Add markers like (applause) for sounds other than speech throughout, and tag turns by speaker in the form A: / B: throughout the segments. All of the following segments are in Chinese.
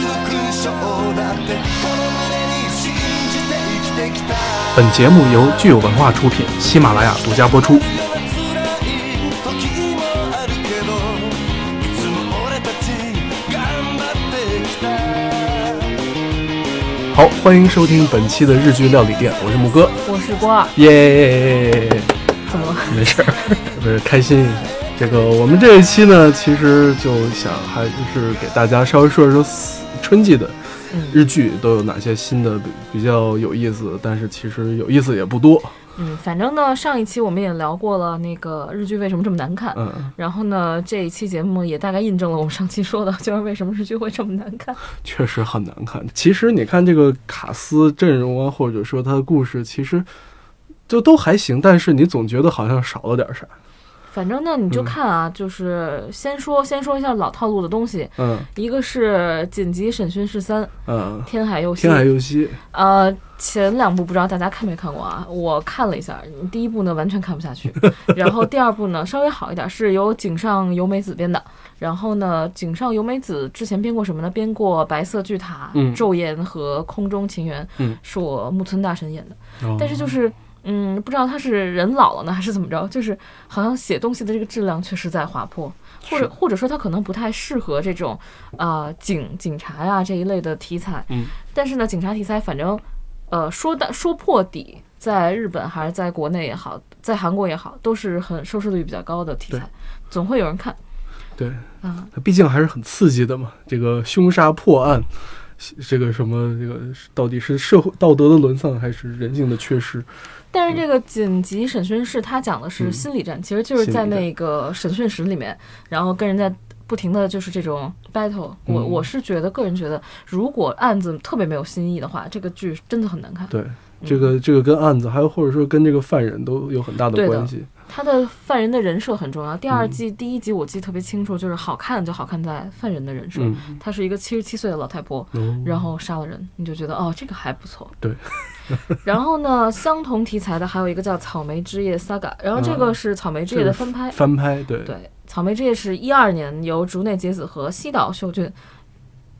A: 象だってこの胸に信じて生きてきた
B: 本节目由具有文化出品，喜马拉雅独家播出。
A: 辛い時もあるけどいつも俺たち頑張ってきた
B: 好，欢迎收听本期的日剧料理店，我是木哥，
C: 我是郭二，
B: 耶、
C: 怎么
B: (laughs)
C: 了？
B: 没事儿，不是开心一下。这个我们这一期呢，其实就想还是给大家稍微说一说四春季的
C: 嗯
B: 日剧都有哪些新的比比较有意思，但是其实有意思也不多。
C: 嗯，反正呢，上一期我们也聊过了，那个日剧为什么这么难看。
B: 嗯，
C: 然后呢，这一期节目也大概印证了我们上期说的，就是为什么日剧会这么难看。 (laughs)
B: 确实很难看。其实你看这个卡斯阵容啊，或者说他的故事，其实就都还行，但是你总觉得好像少了点啥。
C: 反正呢，你就看啊，就是先说先说一下老套路的东西，
B: 嗯
C: 一个是《紧急审讯室三》《
B: 嗯，
C: 天海佑希
B: 天》海佑希，
C: 呃，前两部不知道大家看没看过啊？我看了一下，第一部呢完全看不
B: (laughs)
C: 下去，然后第二部呢稍微好一点，是由井上由美子编的。然后呢，井上由美子之前编过什么呢？编过《白色巨塔》
B: 嗯
C: 昼颜》和《空中情缘》
B: 嗯
C: 是我木村大神演的。
B: 哦
C: 但是就是，嗯，不知道他是人老了呢，还是怎么着？就是好像写东西的这个质量确实在滑坡，或
B: 是
C: 者或者说他可能不太适合这种啊、呃警警察呀、这一类的题材。
B: 嗯。
C: 但是呢，警察题材反正，呃，说到说破底，在日本还是在国内也好，在韩国也好，都是很收视率比较高的题
B: 对嗯
C: 材，总会有人看。
B: 对，
C: 啊，
B: 它毕竟还是很刺激的嘛。这个凶杀破案，这个什么，这个到底是社会道德的沦丧，还是人性的缺失？
C: 但是这个紧急审讯室，它讲的是心理战，其实就是
B: 嗯
C: 在那个审讯室里面，然后跟人家不停的就是这种 battle 我。我、
B: 嗯
C: 是觉得，个人觉得，如果案子特别没有新意的话，这个剧真的很难看。嗯
B: 对，这个这个跟案子，还有或者说跟这个犯人都有很大的
C: 对的
B: 关系。
C: 他的犯人的人设很重要。第
B: 嗯
C: 二季、第一集我记得特别清楚，就是好看就好看在犯人的人设，
B: 嗯，
C: 她是一个七十七岁的老太婆，
B: 哦
C: 然后杀了人，你就觉得哦，这个还不错。
B: 对。
C: (laughs) 然后呢，相同题材的还有一个叫《草莓之夜》Saga，然后这
B: 啊
C: 个是《草莓之夜》的翻拍。
B: 翻拍，对
C: 对，《草莓之夜》是一二年由竹内结子和西岛秀俊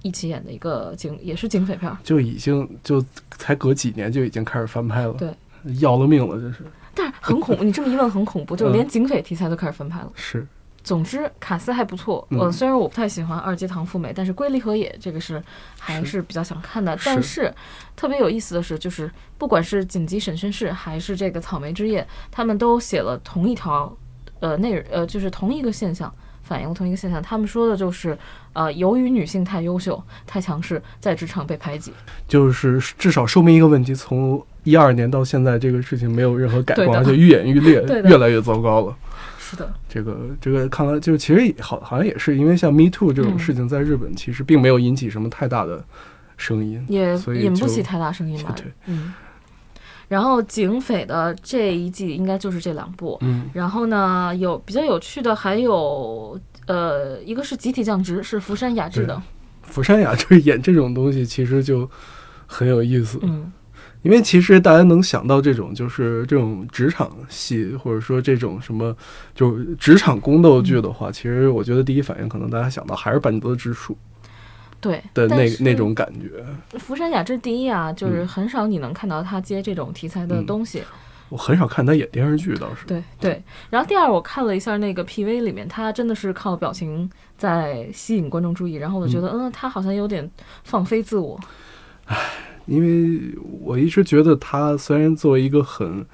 C: 一起演的一个警，也是警匪片儿。
B: 就已经就才隔几年就已经开始翻拍了，
C: 对，
B: 要了命了，这是
C: 但是很恐，你这么一问很恐怖，就是
B: 嗯
C: 连警匪题材都开始翻拍了。
B: 是
C: 总之，卡斯还不错。
B: 嗯
C: 呃，虽然我不太喜欢二阶堂富美，但是龟梨和也这个是还
B: 是
C: 是比较想看的。
B: 是
C: 但是特别有意思的是，就是不管是紧急审讯室还是这个草莓之夜，他们都写了同一条，呃，内呃就是同一个现象。反映了同一个现象，他们说的就是，呃，由于女性太优秀、太强势，在职场被排挤。
B: 就是至少说明一个问题，从一二年到现在，这个事情没有任何改
C: 对
B: 观，
C: 的
B: 而且愈演愈烈，
C: (laughs) 对的
B: 越来越糟糕了。
C: 是的，
B: 这个这个看来就其实也好好像也是因为像 Me Too 这种
C: 嗯
B: 事情，在日本其实并没有引起什么太大的声音。
C: 也
B: 所以
C: 引
B: 就
C: 不起太大声音吧
B: 对。
C: 嗯。然后警匪的这一季应该就是这两部，
B: 嗯，
C: 然后呢，有比较有趣的还有呃，一个是集体降职，是福山雅治的，
B: 釜山雅治 (laughs) 演这种东西其实就很有意思，
C: 嗯，
B: 因为其实大家能想到这种就是这种职场戏，或者说这种什么就是职场宫斗剧的话，其实我觉得第一反应可能大家想到还是板德直树
C: 对
B: 的那
C: 但是
B: 那种感觉。
C: 福山雅治第一啊，就是
B: 嗯
C: 很少你能看到他接这种题材的东西，
B: 我很少看他演电视剧，倒是
C: 对对。然后第二，我看了一下那个 PV 里面，他真的是靠表情在吸引观众注意，然后我觉得，嗯，他好像有点放飞自我，
B: 因为我一直觉得他虽然作为一个很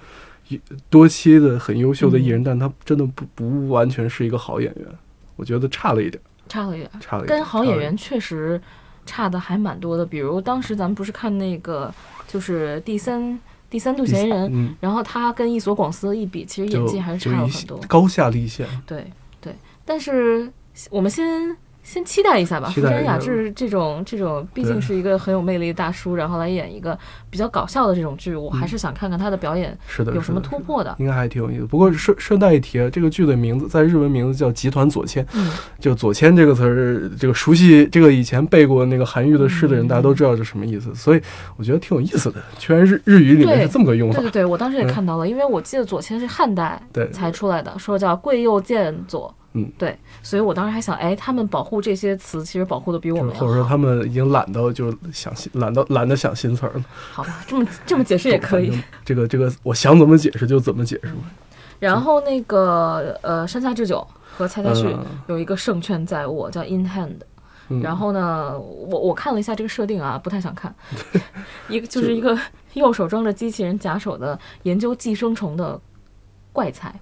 B: 多期的很优秀的艺人，
C: 嗯
B: 但他真的不不完全是一个好演员，我觉得差了一点，
C: 差了一点。
B: 差了一点。
C: 跟好
B: 差
C: 演
B: 了一点
C: 员确实差的还蛮多的。比如当时咱们不是看那个，就是第三第三度嫌疑人，
B: 嗯，
C: 然后他跟一所广司一比，其实演技还是
B: 就
C: 差了
B: 就一
C: 很多。
B: 高下立现。
C: 对对，但是我们先。先期待一下吧，
B: 期
C: 福
B: 待一下
C: 山雅治这种这种，毕竟是一个很有魅力的大叔，然后来演一个比较搞笑的这种剧，我还是想看看他的表演
B: 是的，
C: 有什么
B: 嗯是的
C: 突破的。
B: 应该还挺有意思。不过顺顺带一提啊，这个剧的名字在日文名字叫《集团左迁》，
C: 嗯，
B: 就“左迁”这个词儿，这个熟悉这个以前背过那个韩愈的诗的人，
C: 嗯
B: 大家都知道这什么意思，所以我觉得挺有意思的。居然日日语里面
C: 对
B: 是这么个用法
C: 对对，对，我当时也
B: 嗯
C: 看到了，因为我记得左迁是汉代
B: 对
C: 才出来的，说叫贵右健左，
B: 嗯，
C: 对，所以我当时还想，哎，他们保护这些词，其实保护的比我
B: 就
C: 们
B: 是
C: 要
B: 或者说他们已经懒到就是想新懒到懒得想新词儿了，
C: 好吧，这么这么解释也可以
B: 反。正 (laughs) 这个这个，我想怎么解释就怎么解释吧。
C: 然后那个呃，山下智久和蔡太旭
B: 嗯
C: 有一个胜券在握，叫 In Hand。
B: 嗯
C: 然后呢，我我看了一下这个设定啊，不太
B: (laughs)
C: 想看。一个就是一个右手装着机器人假手的研究寄生虫的怪才，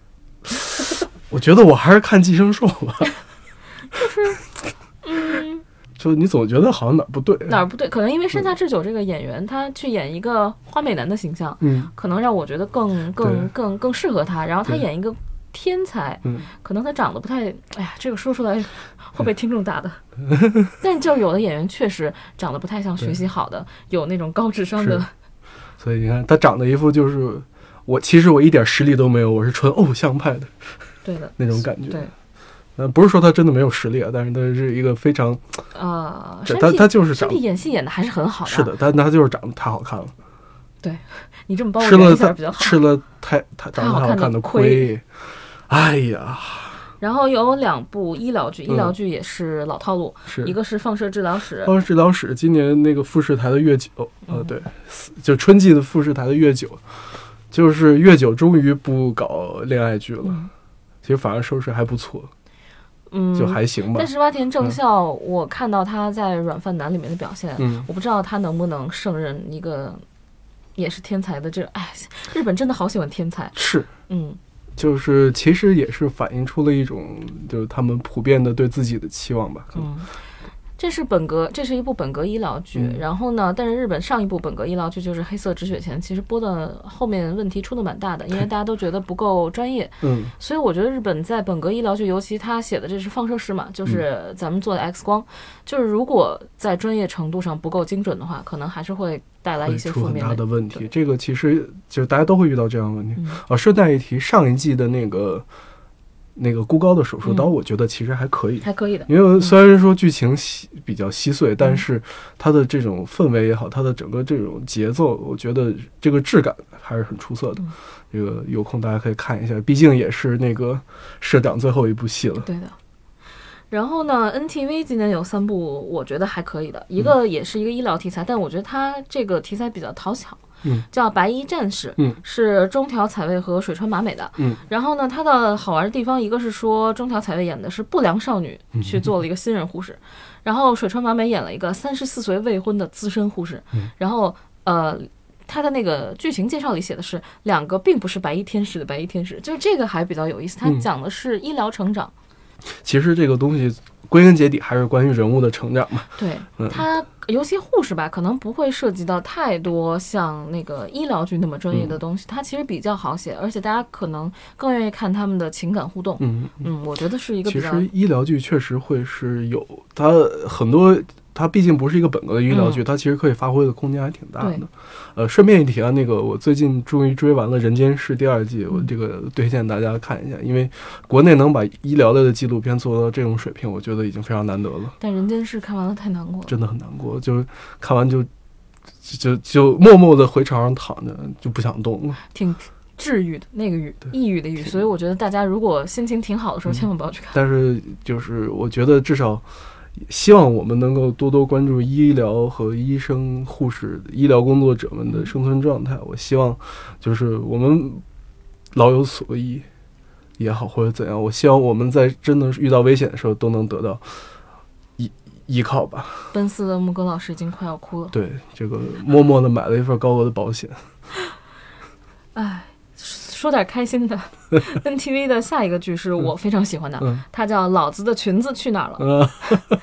B: 我觉得我还是看《寄生兽》
C: (laughs)
B: 吧， (laughs) 就是，嗯，就你总觉得好像哪儿不对，啊
C: 哪儿不对？可能因为山下智久这个演员，他去演一个花美男的形象，
B: 嗯
C: 可能让我觉得更更
B: 对
C: 更更适合他。然后他
B: 对
C: 演一个天才，
B: 嗯，
C: 可能他长得不太……哎呀，这个说出
B: (laughs)
C: 来会被听众打的。但就有的演员确实长得不太像学习好的，有那种高智商的
B: 是。所以你看他长得一副就是我其实我一点实力都没有，我是纯偶像派的
C: 对的，
B: 那种感觉。
C: 对，
B: 呃，不是说他真的没有实力啊，但是他是一个非常
C: 呃，
B: 这
C: 山
B: 他
C: 地
B: 他就是
C: 山
B: 长
C: 地演戏演的还是很好的。啊
B: 是的，，但他就是长得太好看了，
C: 你这么帮我
B: 吃
C: 圆
B: 了
C: 一下
B: 他
C: 比较好。
B: 吃了太他
C: 太
B: 长得
C: 好
B: 太
C: 看的
B: 的
C: (laughs) 亏
B: 亏。哎呀，
C: 然后有两部医疗剧，医疗
B: 嗯
C: 剧也是老套路，
B: 是哦
C: 一个是《放射治疗室》，
B: 当时治疗室今年那个富士台的月酒，呃，
C: 嗯
B: 对，四就春季的富士台的月酒，就是月酒终于不搞恋爱剧了，其实反而收视还不错，
C: 嗯，
B: 就还行吧
C: 但。是洼田正
B: 嗯
C: 孝，我看到他在《软饭男》里面的表现，
B: 嗯，
C: 我不知道他能不能胜任一个也是天才的这种。哎，日本真的好喜欢天才。
B: 是，
C: 嗯，
B: 就是其实也是反映出了一种就是他们普遍的对自己的期望吧。可能
C: 嗯，这是本格，这是一部本格医疗剧。
B: 嗯
C: 然后呢，但是日本上一部本格医疗剧就是《黑色止血钳》，其实播的后面问题出的蛮大的，因为大家都觉得不够专业。
B: 嗯，
C: 所以我觉得日本在本格医疗剧，尤其他写的这是放射师嘛，
B: 嗯
C: 就是咱们做的 X 光，就是如果在专业程度上不够精准的话，可能还是会带来一
B: 会
C: 些
B: 出
C: 负
B: 很
C: 面
B: 大的问题
C: 对。
B: 这个其实就是大家都会遇到这样的问题。
C: 嗯
B: 啊，顺带一提，上一季的那个那个孤高的手术
C: 嗯
B: 刀，我觉得其实还可以。
C: 还可以的。
B: 因为虽然说剧情稀比较稀碎，
C: 嗯
B: 但是它的这种氛围也好，它的整个这种节奏，我觉得这个质感还是很出色的
C: 嗯。
B: 这个有空大家可以看一下，毕竟也是那个社长最后一部戏了。
C: 对的。然后呢，NTV 今年有三部，我觉得还可以的，
B: 嗯
C: 一个也是一个医疗题材，但我觉得它这个题材比较讨巧，
B: 嗯
C: 叫《白衣战士》，
B: 嗯
C: 是中条彩未和水川麻美的。
B: 嗯，
C: 然后呢，它的好玩的地方，一个是说中条彩未演的是不良少女，去做了一个新人护
B: 嗯
C: 士，然后水川麻美演了一个三十四岁未婚的资深护士，
B: 嗯
C: 然后呃。他的那个剧情介绍里写的是两个并不是白衣天使的白衣天使，就是这个还比较有意思。它
B: 嗯
C: 讲的是医疗成长，
B: 其实这个东西归根结底还是关于人物的成长嘛。
C: 对
B: 嗯
C: 它，尤其护士吧，可能不会涉及到太多像那个医疗剧那么专业的东
B: 嗯
C: 西，它其实比较好写，而且大家可能更愿意看他们的情感互动。
B: 嗯，
C: 嗯，我觉得是一个
B: 其
C: 比较
B: 实医疗剧确实会是有它很多，它毕竟不是一个本格的医疗剧，它其实可以发挥的空间还挺大的
C: 嗯对。
B: 呃，顺便一提啊，那个我最近终于追完了《人间世》第二季，我
C: 嗯
B: 这个推荐大家看一下，因为国内能把医疗类的纪录片做到这种水平，我觉得已经非常难得了，
C: 但《人间世》看完了太难过了。
B: 真的很难过，就是看完就就就默默的回床上躺着，就不想动了。
C: 挺治愈的，那个愈
B: 对
C: 抑郁的郁，所以我觉得大家如果心情挺好的时候，
B: 嗯
C: 千万不
B: (laughs)
C: 要去看。
B: 但是就是我觉得至少希望我们能够多多关注医疗和医生、护士、医疗工作者们的生存状态。我希望就是我们老有所依也好，或者怎样，我希望我们在真的遇到危险的时候都能得到依依靠吧。
C: 奔四的木哥老师已经快要哭了，
B: (laughs) 对，这个默默的买了一份高额的保险。
C: 哎，说点开
B: (laughs)
C: 心的。NTV 的下一个剧是我非常喜欢的，
B: 嗯
C: 它叫《老子的裙子去哪儿了》。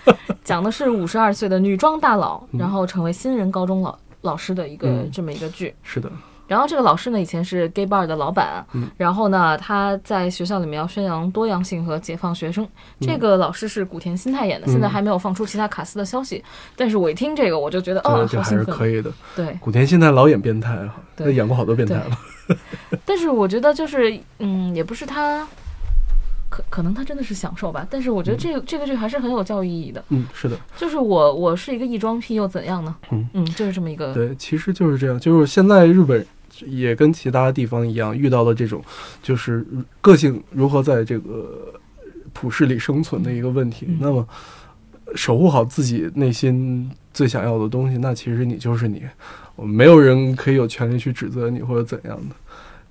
B: 呃，
C: 讲的是五十二岁的女装大佬，然后成为新人高中老老师的一个、
B: 嗯
C: 这么一个剧。
B: 是的，
C: 然后这个老师呢，以前是 gay bar 的老板，啊
B: 嗯
C: 然后呢，他在学校里面要宣扬多样性和解放学生。这个老师是古田新太演的，
B: 嗯
C: 现在还没有放出其他卡司的消息。但是我一听这个，我就觉得，
B: 这
C: 哦，
B: 这
C: 好
B: 还是
C: 兴
B: 可
C: 奋。
B: 以的。
C: 对，
B: 古田现在老演变态啊，
C: 对
B: 他演过好多变态了。
C: 但是我觉得就是，嗯，也不是他。可可能他真的是享受吧，但是我觉得这个、这个剧还是很有教育意义的。
B: 嗯，是的。
C: 就是我我是一个异装癖又怎样呢？
B: 嗯
C: 就是这么一个
B: 对，其实就是这样，就是现在日本也跟其他地方一样，遇到了这种就是个性如何在这个普世里生存的一个问题。
C: 嗯
B: 那么，守护好自己内心最想要的东西，那其实你就是你，我没有人可以有权利去指责你或者怎样的，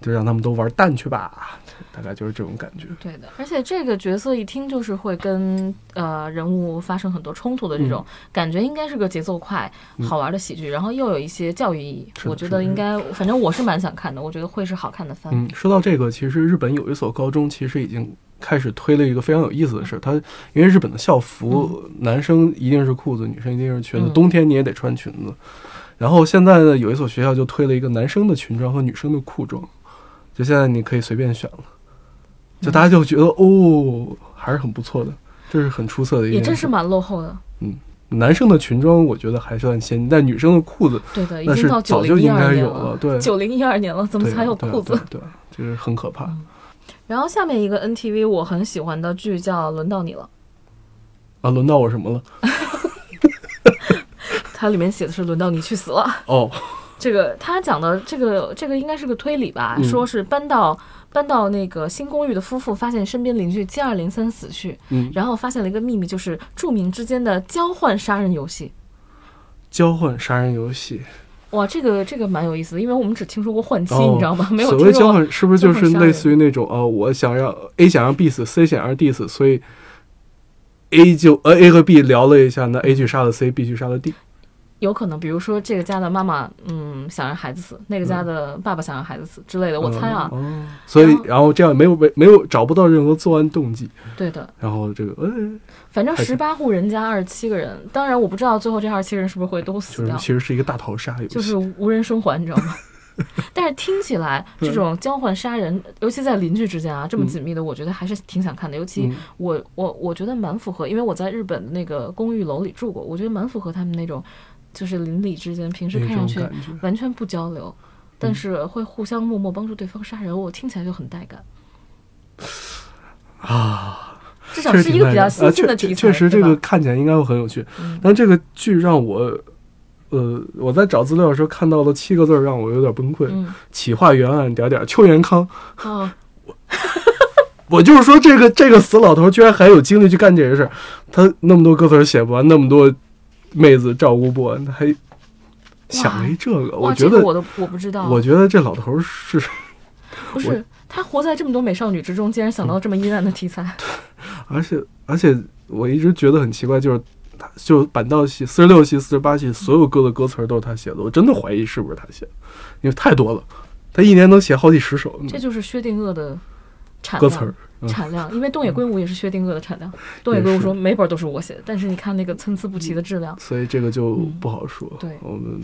B: 就让他们都玩蛋去吧，大概就是这种感觉。
C: 对的，而且这个角色一听就是会跟呃人物发生很多冲突的这种、感觉，应该是个节奏快、
B: 嗯
C: 好玩的喜剧，然后又有一些教育意义。
B: 是的
C: 我觉
B: 是的
C: 得应该，反正我是蛮想看的，我觉得会是好看的番。
B: 嗯，说到这个，其实日本有一所高中，其实已经开始推了一个非常有意思的事儿。它因为日本的校服，男生一定是裤子，女生一定是裙子，
C: 嗯
B: 冬天你也得穿裙子。然后现在呢，有一所学校就推了一个男生的裙装和女生的裤装，就现在你可以随便选了。就大家就觉得、哦，还是很不错的，这是很出色的一
C: 也
B: 件事。
C: 真是蛮落后的，
B: 男生的裙装，我觉得还算先进，但女生的裤子
C: 对的，已
B: 那
C: 经
B: 是
C: 到九
B: 早就
C: 零一
B: 应
C: 二
B: 该
C: 年
B: 有
C: 了，
B: 对，
C: 九零一二年了，怎么
B: 对
C: 才有
B: 对
C: 裤
B: 对
C: 子？嗯
B: 对对就是很可怕。
C: 然后下面一个 NTV 我很喜欢的剧叫《轮到你了
B: 啊，轮到我什么了？》，
C: 它里面写的是“轮到你去死了”。
B: 哦，
C: 这个他讲的这个这个应该是个推理吧，
B: 嗯
C: 说是搬到搬到那个新公寓的夫妇发现身边邻居接二连三死去，
B: 嗯，
C: 然后发现了一个秘密，就是著名之间的交换杀人游戏。
B: 交换杀人游戏，
C: 哇，这个这个蛮有意思的，因为我们只听说过换妻，
B: 哦
C: 你知道吗？ (laughs) 没有
B: 所
C: 听
B: 谓
C: 说
B: 交
C: 过。
B: 换是不是
C: 交
B: 就
C: 换
B: 是
C: 杀
B: 类
C: 人
B: 似于那种哦，我想让 A 想让 B 死，C 想让 D 死，所以 A 就呃 A 和 B 聊了一下，那 A 去杀了 C，B 去杀了 D。
C: 有可能，比如说这个家的妈妈，嗯，想让孩子死，那个家的爸爸想让孩子死之类的。我猜啊，
B: 嗯嗯哦所以
C: 然后
B: 然后这样没有没没有找不到任何作案动机，
C: 对的，
B: 然后这个呃
C: 反正
B: 还是
C: 十八户人家二十七个人，当然我不知道最后这二十七个人是不是会都
B: 就
C: 死
B: 是
C: 掉
B: 其，实是一个大逃杀游戏，嗯
C: 就是无人生还，你知道吗？ (laughs) 但是听起来
B: 嗯
C: 这种交换杀人，尤其在邻居之间啊，这么紧密的，我觉得还是挺想看的。尤其
B: 嗯
C: 我我我觉得蛮符合，因为我在日本那个公寓楼里住过，我觉得蛮符合他们那种，就是邻里之间平时
B: 那
C: 看上
B: 种
C: 去
B: 感觉。嗯
C: 完全不交流，但是会互相默默帮助对方杀人，我听起来就很带感啊。至少
B: 确实
C: 是一
B: 挺
C: 个
B: 带
C: 比较
B: 感
C: 新
B: 呃
C: 兴的
B: 确
C: 题材，
B: 确确实这
C: 对吧
B: 个看起来应该会很有趣
C: 嗯。
B: 但这个剧让我，呃，我在找资料的时候看到了七个字儿，让我有点崩溃。
C: 嗯
B: 企划原案点儿点儿邱元康，
C: 哦，
B: 我就是说这个这个死老头居然还有精力去干这些事儿，他那么多歌词儿写不完，那么多妹子照顾不完，他还想了一这个，
C: 哇，
B: 我
C: 这
B: 觉
C: 个
B: 得。
C: 我都我不知道，
B: 我觉得这老头儿是，
C: 不是他活在这么多美少女之中，竟然想到这么阴暗的题材，
B: 而且而且我一直觉得很奇怪，就是他就板道系四十六系、四十八系所有歌的歌词儿都是他写的，我真的怀疑是不是他写的，因为太多了，他一年能写好几十首
C: 这就是薛定谔的产
B: 嗯歌
C: 量。
B: 词儿。嗯
C: 产量，因为东野圭吾也是薛定谔的产量。东野
B: 也
C: 圭吾
B: 是
C: 说每本都是我写的，但是你看那个参差不齐的质量。
B: 所以这个就不好说。
C: 嗯对
B: 我们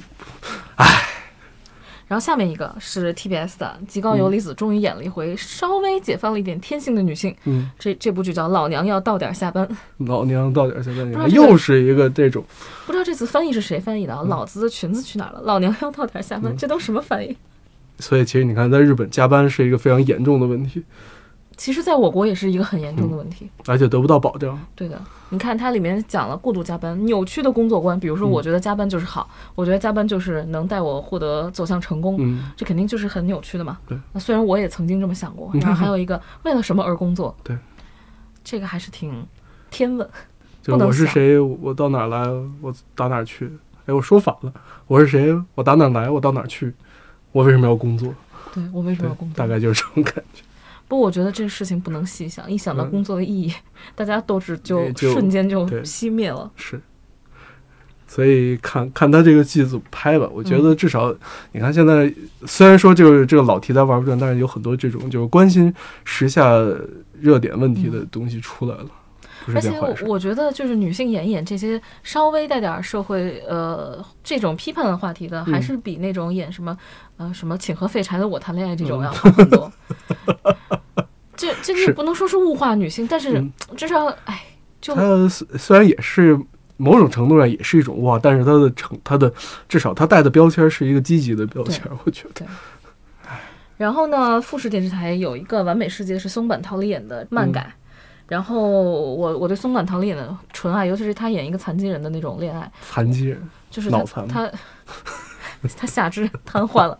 C: 然后下面一个是 TBS 的《极高游离子》，终于演了一回稍微解放了一点天性的女性。
B: 嗯，
C: 这这部剧叫《老娘要到点下班》，
B: 老娘到点儿现在你
C: 不
B: 看
C: 知道这个
B: 又是一个这种，
C: 不知道这次翻译是谁翻译的啊？老子的裙子去哪儿了？老娘要到点下班，
B: 嗯
C: 这都什么翻译？
B: 所以其实你看，在日本加班是一个非常严重的问题，
C: 其实，在我国也是一个很严
B: 嗯
C: 重的问题。
B: 而且得不到保障。
C: 对的，你看它里面讲了过度加班、扭曲的工作观，比如说，
B: 嗯
C: 我觉得加班就是好，我觉得加班就是能带我获得走向成功，
B: 嗯，
C: 这肯定就是很扭曲的嘛。
B: 对，
C: 那虽然我也曾经这么想
B: (laughs)
C: 过，
B: 嗯
C: 然后还有一个为了什么而工作，
B: 对，
C: 这个还是挺天问。 (laughs)
B: 就
C: 不
B: 是
C: 能
B: 我是
C: 想
B: 谁，我到哪儿来，我打哪儿去。哎，我说反了，我是谁，我打哪儿来，我到哪儿去，我为什么要工作？
C: 对我为什么
B: 对
C: 要工，作？
B: 大概就是这种感觉。
C: 不过我觉得这个事情不能细想，一想到
B: 嗯
C: 工作的意义，大家斗志就
B: 也就
C: 瞬间就
B: 对
C: 熄灭了。
B: 是，所以看看他这个剧组拍吧，我觉
C: 嗯
B: 得至少、你看现在，虽然说这个这个老题材玩不转，但是有很多这种就是关心时下热点问题的东西出来了，不是
C: 嗯而
B: 件
C: 且
B: 坏
C: 我
B: 事。
C: 我觉得，就是女性演演这些稍微带点儿社会呃这种批判的话题的，还
B: 嗯
C: 是比那种演什么、呃什么请和废柴的我谈恋爱这
B: 嗯
C: 种要好
B: (laughs)
C: 很多。这这
B: 是
C: 个不能说是物化女性，但是
B: 嗯
C: 至少哎，就
B: 它虽虽然也是某种程度上也是一种哇，但是它的成它的至少它带的标签是一个积极的标签，我觉得。
C: 然后呢，富士电视台有一个《完美世界》是松坂桃李演的
B: 嗯
C: 漫改。然后我我对松坂桃李演的纯爱，尤其是他演一个残疾人的那种恋爱，
B: 残疾人，
C: 就是他
B: 脑残吗 (laughs)
C: 他他下肢瘫痪了，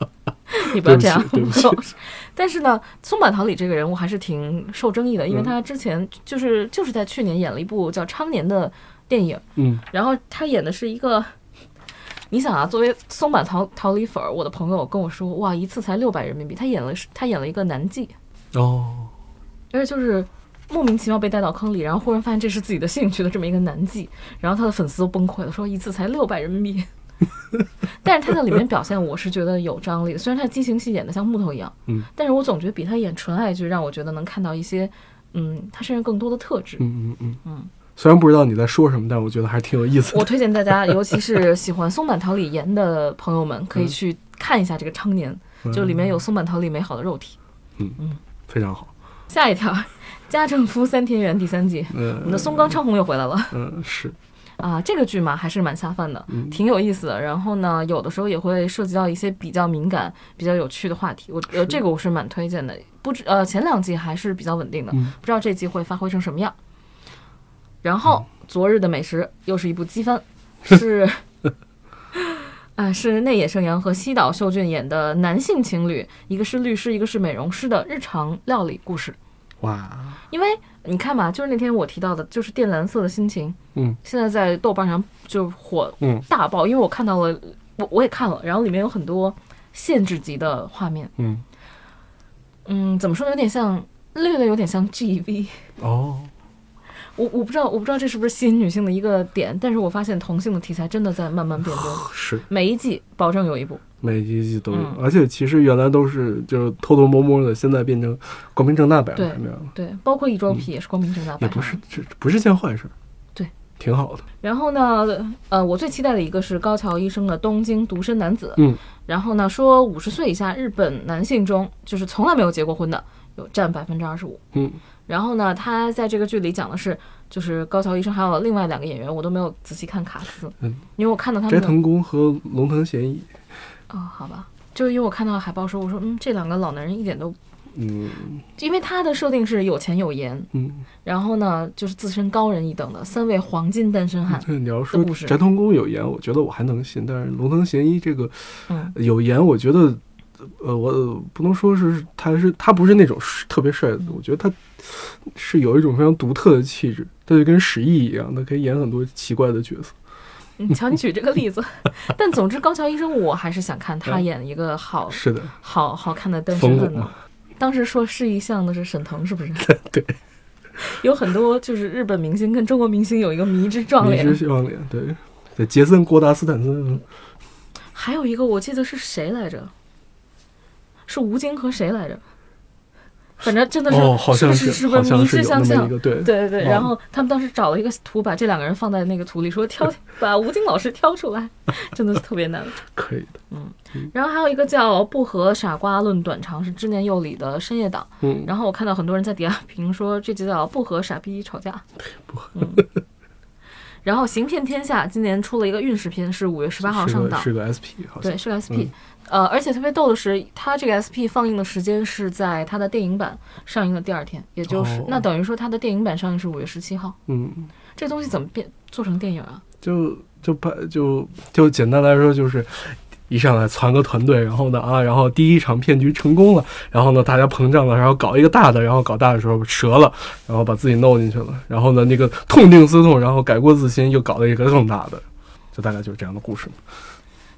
C: 你
B: 对
C: 不要
B: 不
C: 这样
B: 起，对不起，
C: 但是呢，松坂桃李这个人物还是挺受争议的，因为
B: 嗯
C: 他之前就是就是在去年演了一部叫《昌年》的电影，
B: 嗯
C: 然后他演的是一个，你想啊，作为松坂桃桃李粉儿，我的朋友跟我说，哇，一次才六百人民币，他演了是他演了一个男妓，
B: 哦，
C: 而且就是莫名其妙被带到坑里，然后忽然发现这是自己的兴趣的这么一个男妓，然后他的粉丝都崩溃了，说一次才六百人民币。 (laughs) 但是他在里面表现，我是觉得有张力的。虽然他激情戏演的像木头一样，
B: 嗯，
C: 但是我总觉得比他演纯爱剧，让我觉得能看到一些，嗯，他身上更多的特质。
B: 嗯嗯嗯
C: 嗯。
B: 虽然不知道你在说什么，但我觉得还是挺有意思
C: 我
B: 的。
C: 推荐大家，尤其是喜欢松坂桃李演的朋友们，可以
B: 嗯
C: 去看一下这个《昌年》，就里面有松坂桃李美好的肉体。
B: 非常好。
C: 下一条，《家政夫三田园》第三季，我
B: 嗯
C: 们的松冈昌宏又回来了。
B: 嗯是
C: 啊，这个剧嘛还是蛮下饭的，
B: 嗯
C: 挺有意思的。然后呢，有的时候也会涉及到一些比较敏感、比较有趣的话题。我呃，
B: 是
C: 这个我是蛮推荐的。不知呃，前两季还是比较稳定的，
B: 嗯
C: 不知道这季会发挥成什么样。然
B: 嗯
C: 后，昨日的美食又是一
B: (laughs)
C: 部积分，是。啊，是内野圣阳和西岛秀俊演的男性情侣，一个是律师，一个是美容师的日常料理故事。
B: 哇
C: 因为你看嘛，就是那天我提到的，就是靛蓝色的心情，
B: 嗯
C: 现在在豆瓣上就火
B: 嗯
C: 大爆，因为我看到了，我我也看了，然后里面有很多限制级的画面，
B: 嗯
C: 嗯，怎么说呢，有点像略略有点像 GV，
B: 哦
C: (laughs) 我我不知道我不知道这是不是吸引女性的一个点，但是我发现同性的题材真的在慢慢变多，
B: (sighs) 是
C: 每一季保证有一部，
B: 每一季都有，
C: 嗯
B: 而且其实原来都是就是偷偷摸摸的，现在变成光明正大摆在那样了，
C: 对，包括一周皮也是光明正大
B: 也
C: 摆
B: 嗯不
C: 上
B: 是
C: 的。
B: 这不是件坏事，
C: 对，
B: 挺好的。
C: 然后呢，呃，我最期待的一个是高桥医生的《东京独身男子》，
B: 嗯，
C: 然后呢，说五十岁以下日本男性中，就是从来没有结过婚的，有占百分之二十五。
B: 嗯，
C: 然后呢，他在这个剧里讲的是，就是高桥医生还有另外两个演员，我都没有仔细看卡斯，
B: 嗯
C: 因为我看到他
B: 斋
C: 们的
B: 藤工和龙腾贤一，
C: 哦，好吧，就是因为我看到海报说，我说嗯，这两个老男人一点都，
B: 嗯
C: 因为他的设定是有钱有颜，
B: 嗯，
C: 然后呢，就是自身高人一等的三位黄金单身汉，
B: 这你要说
C: 啊的故事
B: 斋藤工有颜，我觉得我还能信，但是龙腾贤一这个
C: 嗯
B: 有颜，我觉得。呃，我呃不能说是他是他不是那种特别帅的，我觉得他是有一种非常独特的气质，他就跟石毅一样，他可以演很多奇怪的角色。
C: 嗯你瞧你举这个例子， (laughs) 但总之高桥医生我还是想看他演一个好
B: 是的，
C: 好好看的单身
B: 嗯风骨
C: 汉的
B: 嘛。，
C: 当时说是一项的是沈腾，是不是？
B: (laughs) 对，
C: 有很多就是日本明星跟中国明星有一个迷之撞
B: 迷之
C: 脸。
B: 希望脸，对对，杰森·郭达斯坦森，嗯
C: 还有一个我记得是谁来着？是吴京和谁来着？反正真的是，
B: 哦，好像
C: 是不是不
B: 好
C: 是迷
B: 像
C: 之
B: 是有
C: 相
B: 那么
C: 向
B: 一？个，对，
C: 对对对，
B: 哦
C: 然后他们当时找了一个图，把这两个人放在那个图里，
B: (laughs)
C: 说挑把吴京老师挑出来，真的是特别难。
B: 可以的，
C: 然后还有一个叫《不和傻瓜论短长》，是知念佑里的深夜档。
B: 嗯，
C: 然后我看到很多人在底下 (laughs) 评说这集叫“不和傻逼
B: (laughs)
C: 吵架”，嗯。然后《行骗天下》今年出了一个运势片，是五月十八号
B: 是
C: 上
B: 个
C: 档，
B: 是个嗯 SP，好像
C: 对，是个 SP。呃，而且特别逗的是，它这个 SP 放映的时间是在它的电影版上映的第二天，也就是、
B: 哦
C: 那等于说它的电影版上映是五月十七号。
B: 嗯，
C: 这东西怎么变做成电影啊？
B: 就就拍就就简单来说就是。一上来攒个团队，然后呢啊，然后第一场骗局成功了，然后呢大家膨胀了，然后搞一个大的，然后搞大的时候折了，然后把自己弄进去了，然后呢那个痛定思痛，然后改过自新，又搞了一个更大的，就大概就是这样的故事。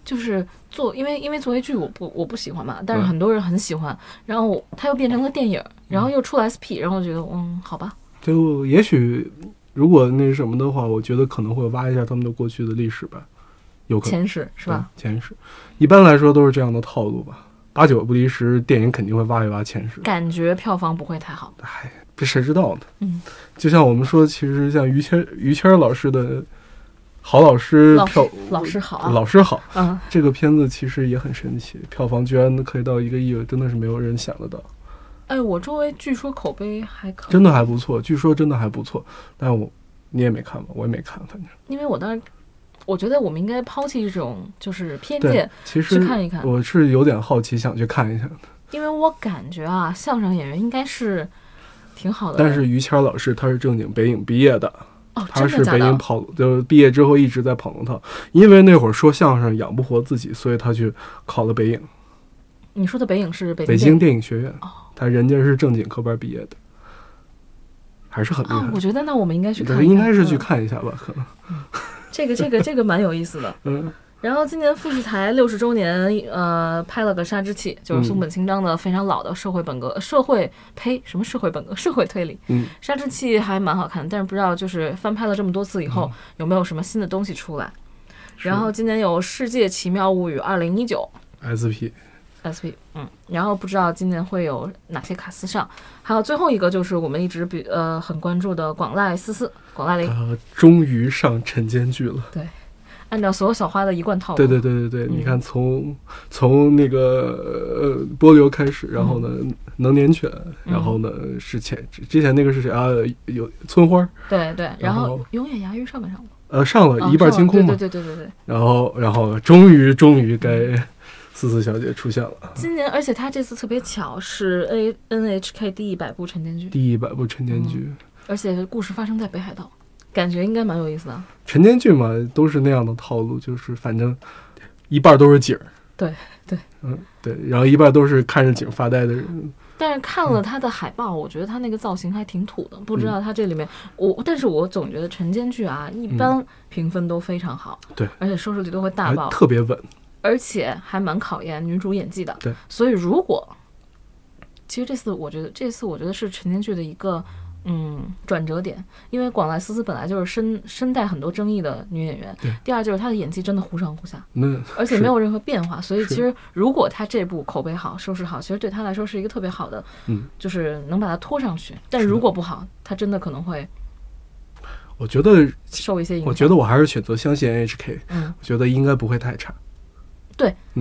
C: 就是做，因为因为作为剧我不我不喜欢嘛，但是
B: 嗯
C: 很多人很喜欢，然后我它又变成了电影，然后又出了 SP，然后我觉得嗯，好吧，
B: 就也许如果那什么的话，我觉得可能会挖一下他们的过去的历史吧，有可能
C: 前十是吧？？
B: 对前史，一般来说都是这样的套路吧。八九不离十，电影肯定会挖一挖前史。
C: 感觉票房不会太好。
B: 哎，这谁知道呢？
C: 嗯，
B: 就像我们说，其实像于谦于谦老师的好老师
C: 老师
B: 票
C: 老师好啊，
B: 老师好，
C: 嗯，
B: 这个片子其实也很神奇，票房居然可以到一个亿，真的是没有人想得到。
C: 哎，我周围据说口碑还可以，
B: 真的还不错，据说真的还不错，但我你也没看吧？我也没看，反正。
C: 因为我当时我觉得我们应该抛弃这种就是偏
B: 对
C: 见，，
B: 其实
C: 去看一看
B: 我是有点好奇，想去看一下的。
C: 因为我感觉啊，相声演员应该是挺好的人，
B: 但是于谦老师他是正经北影毕业的，
C: 哦，
B: 他
C: 真
B: 是
C: 的假
B: 北影
C: 的？
B: 跑，就是毕业之后一直在跑龙套，因为那会儿说相声养不活自己，所以他去考了北影。
C: 你说的北影是北
B: 北
C: 京
B: 京
C: 电
B: 电影学
C: 哦
B: 院，他人家是正经科班毕业的，还是很厉
C: 啊，我
B: 害。
C: 觉得那我们应该去
B: 对，
C: 看一看，
B: 应该是去
C: 嗯
B: 看一下吧，可能。
C: 这个这个这个蛮有意思的。
B: 嗯
C: 然后今年富士台六十周年，呃，拍了个《杀之气》，
B: 嗯
C: 就是松本清张的非常老的社会本格、社会呸什么社会本格、社会推理。
B: 嗯，
C: 《杀之气》还蛮好看的，但是不知道就是翻拍了这么多次以
B: 嗯
C: 后、有没有什么新的东西出来。然后今年有《世界奇妙物语》二零一九
B: SP
C: SP，嗯，然后不知道今年会有哪些卡司上。还有最后一个就是我们一直比呃很关注的广濑丝丝，广濑铃，
B: 呃，终于上晨间剧了。
C: 按照所有小花的一贯套路，
B: 对对对对对，
C: 嗯
B: 你看从从那个呃波流开始，然后
C: 嗯
B: 呢能年犬，然后呢是前之前那个是谁啊？有村花儿，
C: 对对，然
B: 然
C: 后
B: 后
C: 永远牙鱼上半上吗？
B: 呃上了
C: 啊
B: 一半
C: 上
B: 清
C: 了
B: 空嘛，
C: 对对对对对对。
B: 然后然后终于终于该思思小姐出现了，
C: 今年，而且他这次特别巧，是 A N H K 第一百部晨间剧，
B: 第一百部晨间
C: 嗯
B: 剧。
C: 而且故事发生在北海道，感觉应该蛮有意思的。
B: 晨间剧嘛，都是那样的套路，就是反正一半都是景儿，
C: 对对，
B: 嗯对，然后一半都是看着景发呆的人，
C: 但是看
B: 嗯
C: 了他的海报，我觉得他那个造型还挺土的，不知道他这里面我，但是我总觉得晨间剧啊，一般评分都非常好，
B: 嗯对
C: 而且收视率都会大
B: 还
C: 爆，
B: 特别稳。
C: 而且还蛮考验女主演技的。
B: 对，
C: 所以如果其实这次我觉得这次我觉得是陈年剧的一个嗯转折点，因为广濑丝丝本来就是身身带很多争议的女演员
B: 对，
C: 第二就是她的演技真的忽上忽下，
B: 那
C: 而且
B: 是
C: 没有任何变化，所以其
B: 是
C: 实如果她这部口碑好、收视好，其实对她来说是一个特别好的，
B: 嗯
C: 就是能把她拖上去。但
B: 是的
C: 如果不好，她真的可能会
B: 我觉得，
C: 受一些影
B: 我
C: 响。
B: 觉得我还是选择相信 NHK，
C: 嗯，
B: 我觉得应该不会太差。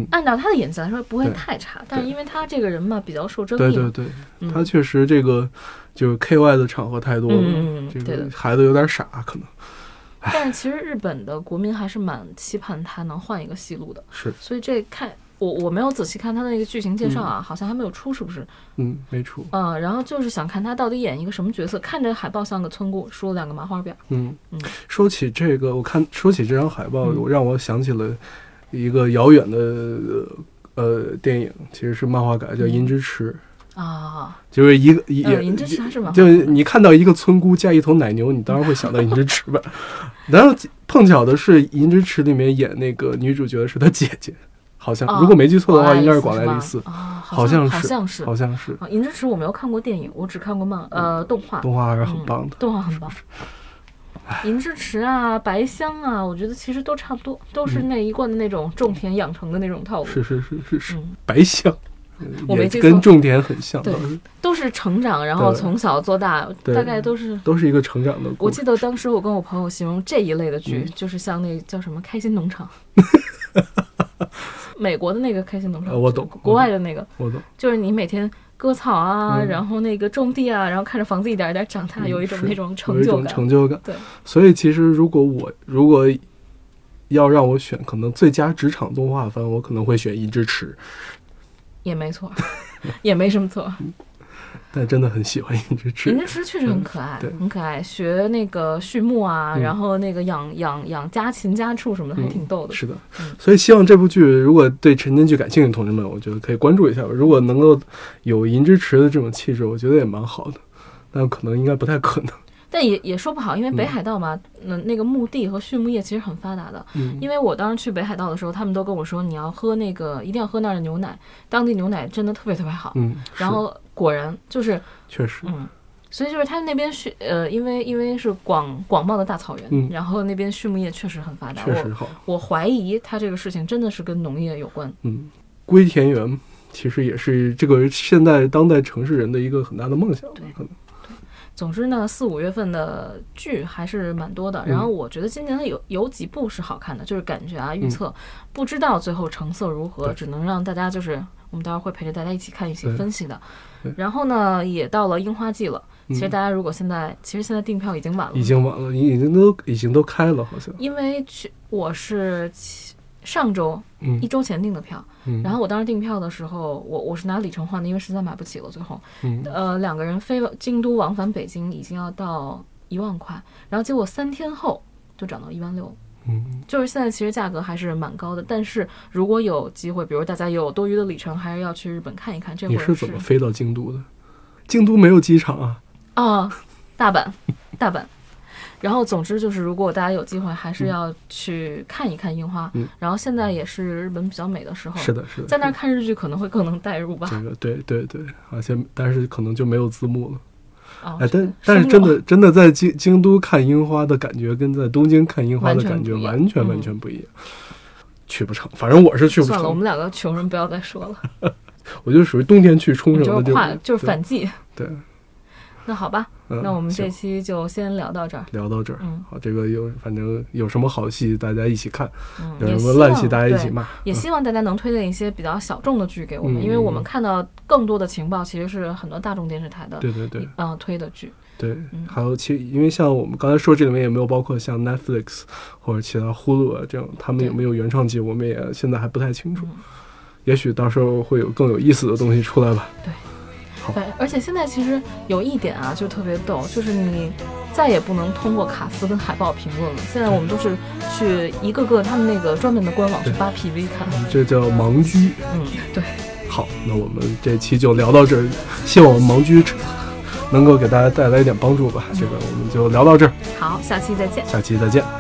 C: 按照她的演技来说不会
B: 对
C: 太差，但是
B: 对
C: 因为她这个人嘛比较受争
B: 对
C: 议嘛，
B: 对对，
C: 嗯
B: 他确实这个就是 KY 的场合太多
C: 嗯嗯嗯
B: 了
C: 嗯，
B: 这
C: 对的
B: 个孩子有点傻，可能
C: 但是其实日本的国民还是蛮期盼他能换一个戏路的，
B: 是，
C: 所以这看我我没有仔细看他的那个剧情介绍啊，好像还没有出，是不是？
B: 嗯，没出，
C: 嗯，然后就是想看他到底演一个什么角色。看着海报像个村姑，梳了两个麻花辫儿。
B: 嗯
C: 嗯。
B: 说起这个，我看说起这张海报，
C: 嗯
B: 我让我想起了一个遥远的呃电影，其实是漫画改的，叫《银之池》，
C: 啊，
B: 就是一个一
C: 嗯，
B: 也
C: 银之匙还是麻花
B: 就
C: 辫
B: 是
C: 儿。
B: 你看到一个村姑嫁一头奶牛，你当然会
C: (laughs)
B: 想到银之池吧？然后碰巧的是，银之池里面演那个女主角的是她姐姐，好像、
C: 啊
B: 如果没记错的话，
C: 广濑
B: 应该是
C: 丝
B: 广濑
C: 吧
B: 丽丝，
C: 啊，
B: 好
C: 像
B: 是，
C: 好
B: 好像
C: 是。
B: 是嗯
C: 啊，银之匙我没有看过电影，我只看过漫呃动画，
B: 动画还是很棒的。
C: 动
B: (laughs)
C: 画很棒。银之匙啊，白香啊，我觉得其实都差不多，都是那一贯的那种种田养成的那种套
B: 嗯
C: 路。
B: 是是是是是，
C: 嗯
B: 白象，
C: 我没
B: 也
C: 记错
B: 跟种田很像，
C: 对
B: 倒是
C: 都是成长，然后
B: 对
C: 从小做大，
B: 对
C: 大概都是。
B: 都是一个成长的
C: 我
B: 故
C: 记
B: 事。
C: 得当时我跟我朋友形容这一类的
B: 嗯
C: 剧，就是像那叫什么《开心
B: (laughs)
C: 农场》，美国的那个《开心农场》
B: 呃我懂
C: 就是国外的那个，
B: 我懂，
C: 就是你每天割草啊，
B: 嗯
C: 然后那个种地啊，然后看着房子一点一点长大，
B: 嗯
C: 有一种
B: 是
C: 那种
B: 有
C: 成
B: 一
C: 就
B: 种
C: 感。
B: 成就感。
C: 对，
B: 所以其实如果我如果要让我选，可能最佳职场动画番，我可能会选《银之池》，
C: 也没错，也没什么错。
B: 但真的很喜欢《银之池》。
C: 林之池确实很可爱
B: 嗯对，
C: 很可爱，学那个畜牧啊，
B: 嗯
C: 然后那个养养养家禽家畜什么的，还挺逗的。
B: 是的
C: 嗯，
B: 所以希望这部剧如果对晨间剧感兴趣的同志们，我觉得可以关注一下吧。如果能够有银之池的这种气质，我觉得也蛮好的，但可能应该不太可能。
C: 但也也说不好，因为北海道嘛，嗯，那个墓地和畜牧业其实很发达的。
B: 嗯
C: 因为我当时去北海道的时候，他们都跟我说，你要喝那个，一定要喝那儿的牛奶，当地牛奶真的特别特别好。
B: 嗯，
C: 然后果然就是，
B: 是确实，
C: 嗯，所以就是他们那边畜，呃，因为因为是广广袤的大草原，
B: 嗯
C: 然后那边畜牧业确实很发达。
B: 确实好。
C: 我我怀疑他这个事情真的是跟农业有关。
B: 嗯，归田园其实也是这个现代当代城市人的一个很大的梦想吧
C: 对，
B: 可能。
C: 总之呢，四五月份的剧还是蛮多的。
B: 嗯
C: 然后我觉得今年的有有几部是好看的，就是感觉啊，预测、不知道最后成色如何，
B: 嗯对
C: 只能让大家就是我们待会儿会陪着大家一起看一起
B: 对
C: 分析的
B: 对。
C: 然后呢，也到了樱花季了。其实
B: 嗯
C: 大家如果现在，其实现在订票已经晚了，
B: 已经晚了，已经都已经都开了，好像。
C: 因为去我是去上周
B: 嗯
C: 一周前订的票，
B: 嗯，
C: 然后我当时订票的时候，我我是拿里程换的，因为实在买不起了，最后。
B: 嗯
C: 呃，两个人飞往京都往返北京已经要到一万块，然后结果三天后就涨到一万六，
B: 嗯
C: 就是现在其实价格还是蛮高的，但是如果有机会，比如大家有多余的里程，还是要去日本看一看。这会
B: 你
C: 儿
B: 是怎么飞到京都的？京都没有机场啊，
C: 啊、大阪， (laughs) 大阪。然后，总之就是，如果大家有机会，还是要去看一看樱花。
B: 嗯
C: 然后现在也是日本比较美的时候，
B: 是的，是的，
C: 哦在那儿
B: 是的
C: 看日剧可能会更能代入吧。
B: 这个对对对，而且但是可能就没有字幕了。
C: 啊、
B: 哎，
C: 真
B: 但但是真
C: 生
B: 的
C: 了
B: 真的在京京都看樱花的感觉，跟在东京看樱花
C: 完
B: 的
C: 全
B: 感
C: 不
B: 觉
C: 一样
B: 完全
C: 嗯
B: 完全不一样，去不成。反正我是去不
C: 算了，我
B: 成，
C: 们两个穷人不要再说了，
B: 我就属于冬天去冲绳
C: 就
B: 的
C: 是
B: 地
C: 跨
B: 方，
C: 就是反季。
B: 对。对
C: 那好吧，
B: 嗯
C: 那我们这
B: 行
C: 期就先聊到这儿。
B: 聊到这儿，
C: 嗯
B: 好，这个有反正有什么好戏大家一起看，
C: 嗯，
B: 有
C: 也
B: 什
C: 希
B: 么
C: 望
B: 烂戏大家一起
C: 对
B: 骂，
C: 也希望大家能推荐一些比较小众的剧给我们，
B: 嗯
C: 因为我们看到更多的情报其实是很多大众电视台的
B: 对对对
C: 嗯、推的剧。
B: 对
C: 嗯，
B: 还有其因为像我们刚才说这里面也没有包括像 Netflix 或者其他 Hulu 啊这样，他们
C: 对
B: 有没有原创剧，我们也现在还不太清楚
C: 嗯，
B: 也许到时候会有更有意思的东西出来吧。好
C: 对，而且现在其实有一点啊，就特别逗，就是你再也不能通过卡斯跟海报评论了，现在我们都是去一个个他们那个专门的官网去
B: 对
C: 扒 PV 看。
B: 这叫盲居。
C: 嗯，对，
B: 好，那我们这期就聊到这儿，希望盲居能够给大家带来一点帮助吧。这个我们就聊到这儿，
C: 好，下期再见。
B: 下期再见。
A: 「